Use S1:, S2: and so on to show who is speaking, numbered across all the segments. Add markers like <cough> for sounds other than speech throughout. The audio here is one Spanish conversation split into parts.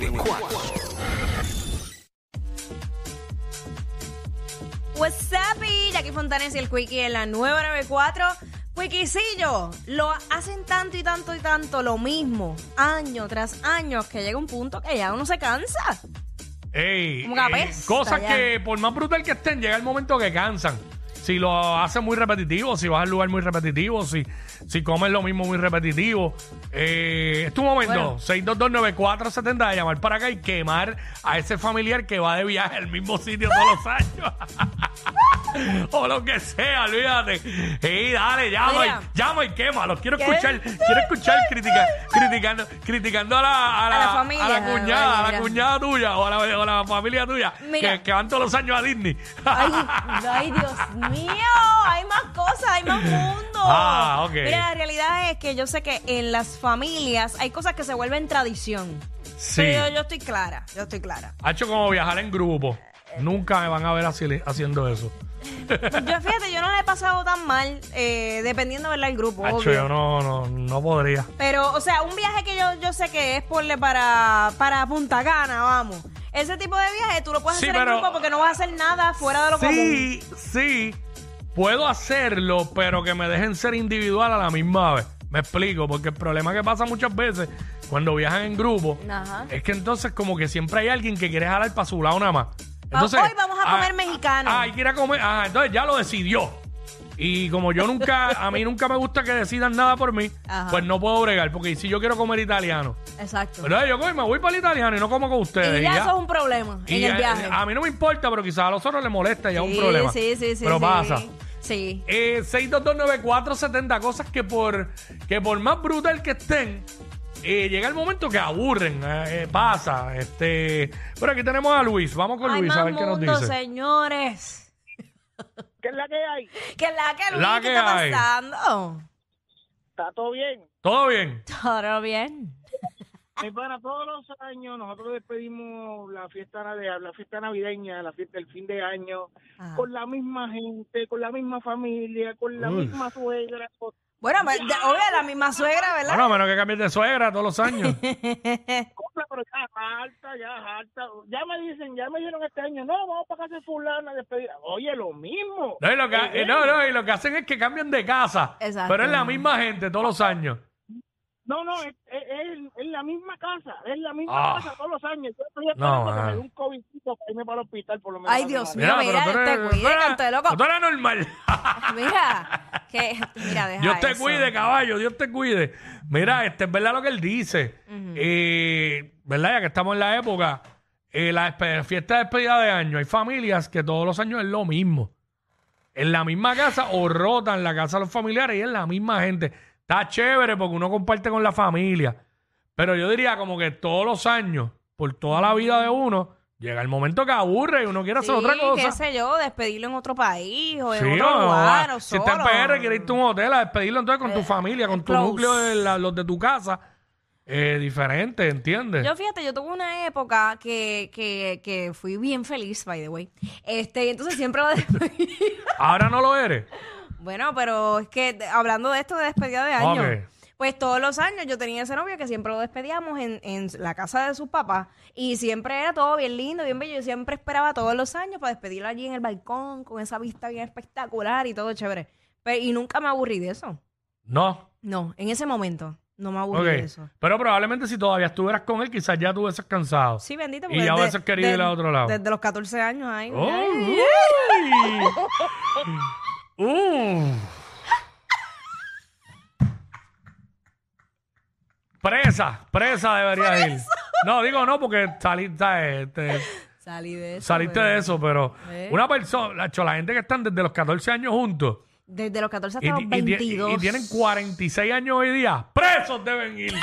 S1: 994.
S2: What's up, y Jackie Fontanes y el Quickie en la 994. Quickiecillo, lo hacen tanto y tanto y tanto lo mismo, año tras año, que llega un punto que ya uno se cansa.
S3: Ey,
S2: Como que
S3: eh,
S2: apesta
S3: cosas
S2: ya.
S3: que por más brutal que estén, llega el momento que cansan. Si lo haces muy repetitivo, si vas al lugar muy repetitivo, si, si comes lo mismo muy repetitivo. Eh, es tu momento.
S2: Bueno.
S3: 6229470 de llamar para acá y quemar a ese familiar que va de viaje al mismo sitio todos los años. <laughs> o lo que sea, olvídate. Y dale, llama,
S2: Mira.
S3: y, llama y quema. Los quiero
S2: ¿Qué?
S3: escuchar, quiero escuchar critica- criticando, criticando a la, a la,
S2: la familia,
S3: a la cuñada, a la
S2: mira.
S3: cuñada <laughs> tuya o a la, o la familia tuya
S2: Mira.
S3: que, que van todos los años a Disney. <laughs>
S2: Ay, ay, Dios mío, hay más cosas, hay más mundo.
S3: Ah, ok.
S2: Mira, la realidad es que yo sé que en las familias hay cosas que se vuelven tradición.
S3: sí.
S2: Pero yo estoy clara, yo estoy clara.
S3: Ha hecho como viajar en grupo. Nunca me van a ver así, haciendo eso.
S2: Pues yo fíjate, yo no la he pasado tan mal, eh, dependiendo ¿verdad? del grupo.
S3: Hacho,
S2: obvio.
S3: yo no, no, no podría.
S2: Pero, o sea, un viaje que yo, yo sé que es porle para, para Punta Cana, vamos. Ese tipo de viaje tú lo puedes
S3: Sí,
S2: hacer
S3: pero-
S2: en grupo porque no vas a hacer nada fuera de lo común.
S3: Sí, sí, puedo hacerlo, pero que me dejen ser individual a la misma vez. Me explico, porque el problema que pasa muchas veces cuando viajan en grupo
S2: Ajá.
S3: es que entonces como que siempre hay alguien que quiere jalar para su lado nada más. Entonces,
S2: hoy vamos a comer mexicano.
S3: Ah, hay que ir a comer. Ajá, entonces ya lo decidió. Y como yo nunca, a mí nunca me gusta que decidan nada por mí,
S2: Ajá.
S3: pues no puedo bregar, porque si yo quiero comer italiano,
S2: Exacto.
S3: pero yo cojo y me voy para el italiano y no como con ustedes.
S2: y
S3: y
S2: ya,
S3: eh, ya.
S2: eso es un problema
S3: Y
S2: en
S3: a-
S2: el viaje.
S3: A, mí no me importa, pero quizás a los otros les molesta ya es
S2: Sí,
S3: un problema.
S2: Sí, sí, sí.
S3: Pero
S2: sí.
S3: pasa.
S2: Sí.
S3: Eh, 6229470, cosas que por, que por más brutal que estén, eh, llega el momento que aburren. eh, eh, pasa. Este, pero aquí tenemos a Luis. Vamos con
S2: Hay
S3: Luis
S2: más
S3: a ver qué nos
S2: mundo,
S3: dice.
S2: señores.
S4: ¿Qué es la que hay?
S2: Que la que Luis
S3: La
S2: ¿qué
S3: que
S2: está
S3: hay.
S2: pasando. <laughs>
S4: ¿Está todo bien?
S3: ¿Todo bien?
S2: Todo bien.
S4: Mi pana, todos los años nosotros despedimos la fiesta navideña, la fiesta navideña, la fiesta del fin de año,
S2: Ah.
S4: con la misma gente, con la misma familia, con la
S3: Uf.
S4: misma suegra. con-
S2: Bueno, pues, de- obvio, la misma suegra, ¿verdad?
S3: Bueno, a menos que cambies de suegra todos
S2: <laughs>
S3: los años.
S4: Compra, pero ya harta, ya harta. Ya me dicen, ya me dijeron este año, no, vamos para casa de fulana a despedir. Oye, lo mismo.
S3: No, y lo que, eh, no, no, y lo que hacen es que cambian de casa.
S2: Exacto.
S3: Pero es la misma gente todos los años.
S4: No, no, es, es- es- es la misma casa, es la misma
S3: Ah.
S4: casa todos los años. Yo estoy esperando
S3: No,
S4: que me
S3: ah.
S4: dé un covidcito para irme para el hospital por lo menos.
S2: Ay,
S4: una
S2: Dios
S4: semana.
S2: Mira, mira,
S3: pero tú
S2: te
S3: eres-
S2: cuide,
S3: tú eres-
S2: canto de loco.
S3: Tú eres normal.
S2: Mira, que, mira, deja
S3: Dios te
S2: eso.
S3: cuide, caballo, Dios te cuide. Mira, este es verdad lo que él dice.
S2: Ujú.
S3: Eh, ¿Verdad? Ya que estamos en la época, eh, la despe- fiesta de despedida de año, hay familias que todos los años es lo mismo. En la misma casa o rotan la casa de los familiares y es la misma gente. Está chévere porque uno comparte con la familia. Pero yo diría como que todos los años, por toda la vida de uno, llega el momento que aburre y uno quiere hacer
S2: Sí,
S3: otra
S2: qué
S3: cosa.
S2: sé yo, despedirlo en otro país o en
S3: Sí,
S2: otro
S3: o-
S2: lugar o
S3: si
S2: solo. Eh,
S3: está en PR, quieres irte a un hotel a despedirlo entonces con tu familia, con tu
S2: close.
S3: núcleo, de la- los de tu casa. Eh, diferente, ¿entiendes?
S2: Yo fíjate, yo tuve una época que, que, que fui bien feliz, by the way. Este, y entonces siempre lo <laughs> despedí.
S3: Ahora no lo eres.
S2: bueno, pero es que de- hablando de esto de despedida de año,
S3: Ok.
S2: pues todos los años yo tenía ese novio que siempre lo despedíamos en, en la casa de sus papás y siempre era todo bien lindo, bien bello. Yo siempre esperaba todos los años para despedirlo allí en el balcón con esa vista bien espectacular y todo chévere. Pero, y nunca me aburrí de eso.
S3: No.
S2: No, en ese momento no me aburrí
S3: Ok.
S2: de eso.
S3: Pero probablemente si todavía estuvieras con él, quizás ya tú hubieses cansado.
S2: Sí, bendito.
S3: Y
S2: porque
S3: ya
S2: desde-
S3: hubieses querido ir a
S2: desde-
S3: otro lado.
S2: Desde los 14 años, ay.
S3: Oh,
S2: ay. <laughs>
S3: uy. Uh. Presa, presa debería ir. No, digo no, porque saliste, este,
S2: Salí de eso.
S3: saliste
S2: pero-
S3: de eso, pero
S2: ¿Eh?
S3: una persona, la, cho, la gente que están desde los 14 años juntos
S2: Desde los 14 hasta
S3: y,
S2: los
S3: y- y- y-
S2: 22.
S3: y tienen 46 años hoy día, presos deben ir.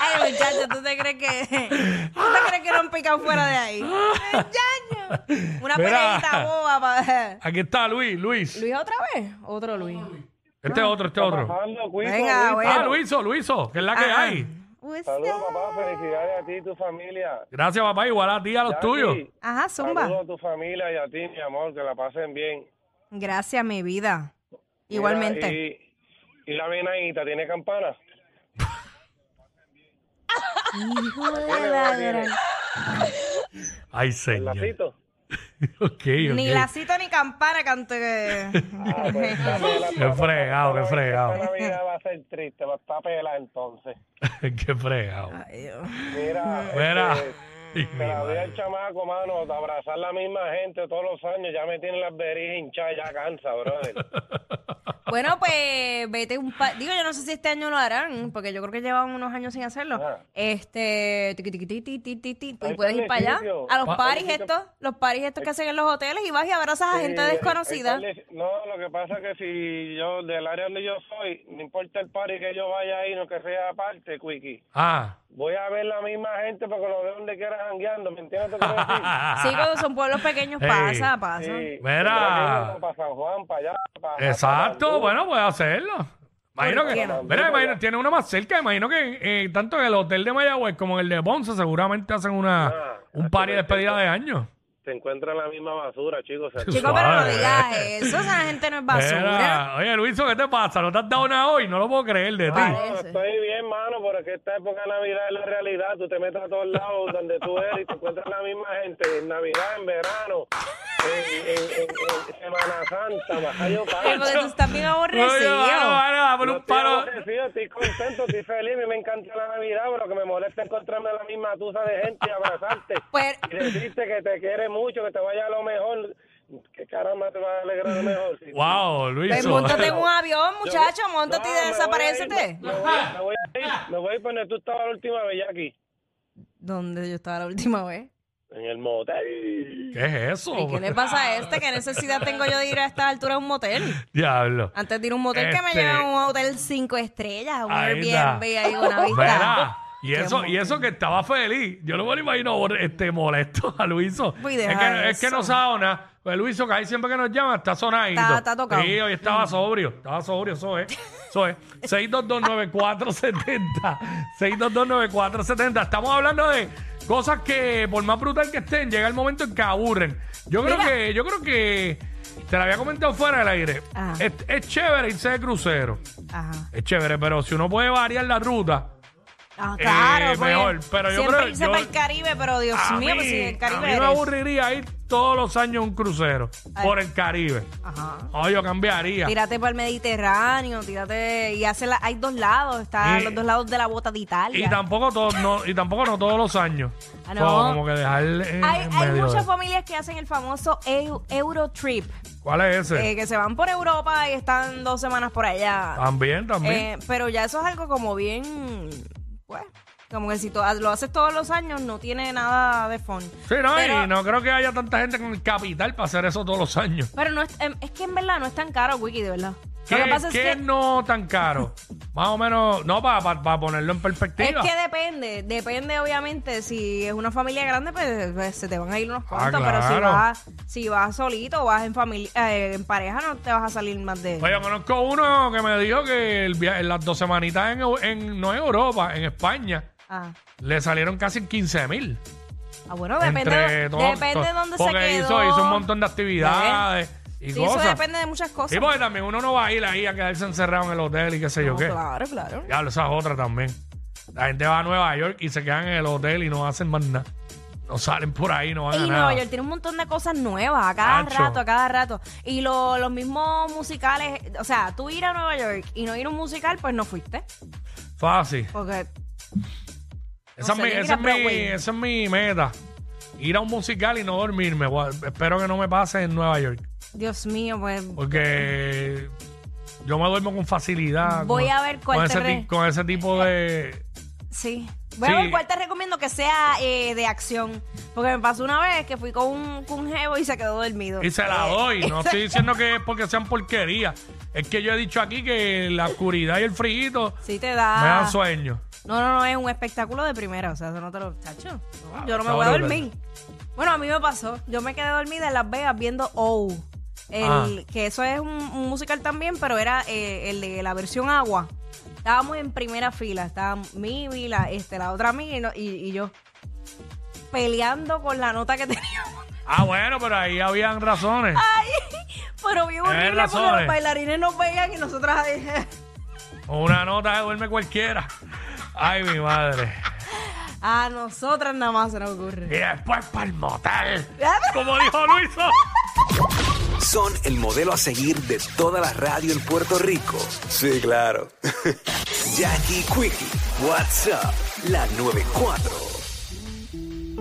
S2: Ay, muchacho, ¿tú te crees que. <laughs> ¿Tú te crees que no han picado fuera de ahí? Muchacho. Una
S3: Mira.
S2: peleita boba para.
S3: Aquí está Luis,
S2: <laughs>
S3: Luis.
S2: ¿Luis otra vez? Otro Luis.
S3: Este es otro, este
S5: Ah,
S3: es otro.
S5: Pasando, Cuico,
S2: Venga,
S5: Luis.
S2: bueno.
S3: Ah, Luiso, Luiso, que es la que
S2: Ajá.
S3: hay.
S2: What's
S5: Saludos,
S2: up?
S5: papá. Felicidades a ti y tu familia.
S3: Gracias, papá. Igual a ti, a los
S5: Jackie,
S3: tuyos.
S2: Ajá, Zumba.
S5: Saludos a tu familia y a ti, mi amor. Que la pasen bien.
S2: Gracias, mi vida.
S5: Mira,
S2: Igualmente.
S5: y, y la venadita, ¿tiene campana?
S2: Hijo de la gran-
S3: Ay,
S5: Pues
S3: señor.
S5: ¿Lacito?
S3: <laughs> Ok, ok.
S2: Ni lacito ni campana canto que...
S5: Ah,
S2: <laughs>
S5: pues, está pela,
S3: Qué fregado, qué
S5: Esta
S3: fregado.
S5: Navidad va a ser triste, va a estar pela entonces.
S3: qué fregado.
S2: Ay, Dios.
S5: Mira,
S3: Mira.
S5: este,
S3: <laughs> Ay, mi
S5: Te la doy al
S3: madre.
S5: chamaco, mano, de abrazar la misma gente todos los años, ya me tienen las verías hinchadas, ya cansa, brother.
S2: Bueno, pues vete un par. Digo, yo no sé si este año lo harán, porque yo creo que llevan unos años sin hacerlo.
S5: Ah.
S2: Este. tiqui, tiqui, ti, ti, ti, ti, ti,
S5: Ahí
S2: Y
S5: está
S2: puedes
S5: el
S2: ir para allá.
S5: edificio.
S2: A los
S3: Pa-
S2: paris estos, los paris estos que hacen en los hoteles y vas y abrazas a gente
S5: Sí,
S2: desconocida.
S5: el party- Eh, No, lo que pasa es que si yo, del área donde yo soy, no importa el party que yo vaya ahí, no que sea aparte, Quickie,
S3: Ah.
S5: voy a ver la misma gente porque lo veo donde quiera jangueando, ¿me entiendes lo que quiero
S2: <laughs>
S5: decir?
S3: Ah.
S2: Sí, cuando son pueblos pequeños
S3: Ey.
S2: pasa, pasa.
S5: Sí,
S3: Mira.
S5: yo mismo Para San Juan, para allá. Para
S3: Exacto,
S5: para
S3: bueno, puede hacerlo. Imagino
S2: ¿Por
S3: que.
S2: qué no?
S3: Mira, imagino- tiene uno más cerca. Imagino que eh, tanto en el hotel de Mayagüez como en el de Ponce seguramente hacen una,
S5: Ah,
S3: un
S5: así
S3: party de
S5: me
S3: despedida
S5: entiendo.
S3: de año.
S5: Se encuentran la misma basura, chicos. se-
S2: Chicos, pero no
S3: Suave.
S2: digas eso, esa gente no es basura.
S3: Mira, oye, Luiso, ¿qué te pasa? ¿No te has dado nada hoy? No lo puedo creer de ti.
S2: Vale.
S5: No, estoy bien, mano, porque esta época de Navidad es la realidad. Tú te metes a todos lados donde tú eres y te encuentras la misma gente. En Navidad, en verano, en, en- en- en Semana
S2: <laughs>
S5: Santa, Bajayo
S2: Ey, porque tú estás bien
S3: Oye,
S2: aborrecido.
S3: vale, vale, dame
S5: No
S3: un
S5: estoy
S3: palo.
S5: aborrecido, estoy contento, estoy feliz, a mí me encanta la Navidad, pero que me molesta encontrarme a la misma tusa de gente y abrazarte.
S2: Pues-
S5: Y decirte que te quiere mucho, que te vaya a lo mejor. ¿Qué caramba te va a alegrar lo mejor? Si-
S3: Wow, Luiso.
S2: Pues montate en un avión,
S5: Yo-
S2: muchacho, montate
S5: No,
S2: y
S5: me voy a ir,
S2: desaparecete.
S5: Me voy a- me voy a ir, me voy a ir por donde tú estabas la última vez, Jackie.
S2: Donde yo estaba la última vez.
S5: En el motel.
S3: ¿Qué es eso?
S2: ¿Y qué le pasa a este? ¿Qué necesidad tengo yo de ir a esta altura a un motel?
S3: Diablo.
S2: Antes de ir a un motel que me
S3: Este-
S2: lleven a un hotel cinco estrellas, a un
S3: Ahí
S2: Airbnb,
S3: está.
S2: ahí una
S3: Mira,
S2: vista.
S3: y
S2: Qué
S3: eso, y
S2: montón.
S3: eso que estaba feliz. Yo no me lo imagino bor- este, molesto a Luiso.
S2: Voy a
S3: es,
S2: dejar
S3: que, es que
S2: eso.
S3: no saona. Pues Luiso, que ahí siempre que nos llama, está sonadito.
S2: Está- está tocado. Mm.
S3: Sí, hoy estaba sobrio. Estaba sobrio, eso es. Eso es. 6229470. 6229470. Estamos hablando de cosas que, por más brutal que estén, llega el momento en que aburren. Yo creo
S2: Mira.
S3: que, yo creo que te la había comentado fuera del aire.
S2: Ajá.
S3: Es, es chévere irse de crucero.
S2: Ajá.
S3: Es chévere, pero si uno puede variar la ruta.
S2: Ah,
S3: Eh,
S2: claro, pues,
S3: mejor, pero yo
S2: siempre
S3: creo-
S2: irse
S3: yo-
S2: para el Caribe, pero Dios
S3: a
S2: mío,
S3: mí,
S2: pues si el
S3: a
S2: Caribe
S3: mí me
S2: eres.
S3: aburriría ir todos los años a un crucero
S2: Ay.
S3: por el Caribe.
S2: Ajá.
S3: No, yo cambiaría.
S2: Tírate para el Mediterráneo, tírate y hace la- hay dos lados, están
S3: Y-
S2: los dos lados de la bota de
S3: y
S2: Italia.
S3: tampoco todos, no, y tampoco no todos los años.
S2: Ah,
S3: So,
S2: no.
S3: como que dejarle en
S2: hay, hay
S3: medio
S2: muchas
S3: de-
S2: familias que hacen el famoso Eu- Eurotrip,
S3: ¿Cuál es ese?
S2: eh, que se van por Europa y están dos semanas por allá.
S3: también, también.
S2: Eh, pero ya eso es algo como bien, pues, como que si to- lo haces todos los años no tiene nada de fondo.
S3: sí, no,
S2: pero,
S3: y no creo que haya tanta gente con el capital para hacer eso todos los años.
S2: pero no es, em, es que en verdad no es tan caro, Wiki, de verdad.
S3: ¿Qué,
S2: lo que pasa es
S3: qué
S2: que,
S3: no tan caro? Más o menos, no, para ponerlo en
S2: es
S3: perspectiva.
S2: que depende, depende obviamente, si es una familia grande pues, pues, se te van a ir unos cuantos, pero si
S3: Ah, claro.
S2: vas, si vas solito o vas en familia, eh, en pareja no te vas a salir más de...
S3: Oye, Pues conozco uno que me dijo que el via- en las dos semanitas en, Eu- en- no en Europa, en España,
S2: Ah.
S3: le salieron casi 15 mil.
S2: Ah, bueno, depende, de- depende de dónde se
S3: Porque
S2: quedó.
S3: hizo, hizo un montón de actividades y
S2: Sí, eso
S3: cosas.
S2: depende de muchas cosas.
S3: y porque también uno no va a ir ahí a quedarse encerrado en el hotel y qué sé yo
S2: No,
S3: qué.
S2: Claro, claro.
S3: Ya, esa es otra también. La gente va a Nueva York y se quedan en el hotel y no hacen más nada. No salen por ahí, no van a
S2: Y
S3: nada.
S2: Nueva York tiene un montón de cosas nuevas a cada
S3: Nacho.
S2: rato, a cada rato. Y lo- los mismos musicales, o sea, tú ir a Nueva York y no ir a un musical, pues no fuiste.
S3: Fácil.
S2: Porque sé,
S3: Esa, es
S2: tiene
S3: mi,
S2: que ir
S3: esa
S2: a
S3: es mi-
S2: Broadway.
S3: esa es mi meta. Ir a un musical y no dormirme. Voy a- Espero que no me pase en Nueva York.
S2: Dios mío, pues
S3: Porque yo me duermo con facilidad.
S2: Voy
S3: con-
S2: a ver cuál
S3: con
S2: te
S3: ese,
S2: re-
S3: ti- con ese tipo de.
S2: sí. Voy
S3: Sí.
S2: a ver cuál te recomiendo que sea eh, de acción. Porque me pasó una vez que fui con un, con un jevo y se quedó dormido.
S3: Y se la
S2: Eh,
S3: doy. No estoy diciendo que es porque sean porquerías. Es que yo he dicho aquí que la oscuridad y el frío
S2: Sí te
S3: me
S2: da.
S3: dan sueño.
S2: No, no, no, es un espectáculo de primera, o sea, eso no te lo chacho. no,
S3: Ah,
S2: yo no me
S3: está
S2: voy a
S3: brutal.
S2: dormir. Bueno, a mí me pasó. Yo me quedé dormida en Las Vegas viendo Oh. El,
S3: Ah.
S2: Que eso es un, un musical también, pero era eh, el de la versión agua. Estábamos en primera fila, estaba mi la, este, la otra mía y, no- y- y yo peleando con la nota que <laughs> teníamos.
S3: Ah, bueno, pero ahí habían razones.
S2: Ah. Pero bien
S3: Tienes
S2: horrible porque
S3: razones.
S2: los bailarines nos veían y nosotras ahí. <laughs>
S3: Con Una nota se duerme cualquiera. Ay, mi madre.
S2: A nosotras nada más se nos
S3: Y
S2: ocurre.
S3: después para el motel.
S2: Ah.
S3: Como dijo Luiso.
S1: Son el modelo a seguir de toda la radio en Puerto Rico. Sí, <laughs> claro. Jackie Quickie, WhatsApp, la 94.